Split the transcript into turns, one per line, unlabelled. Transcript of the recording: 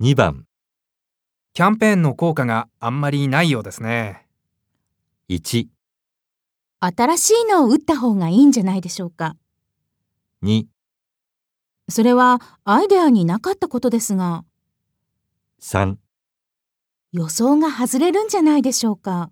2番
キャンペーンの効果があんまりないようですね。
1、
新しいのを打った方がいいんじゃないでしょうか。
2、
それはアイデアになかったことですが、
3
予想が外れるんじゃないでしょうか。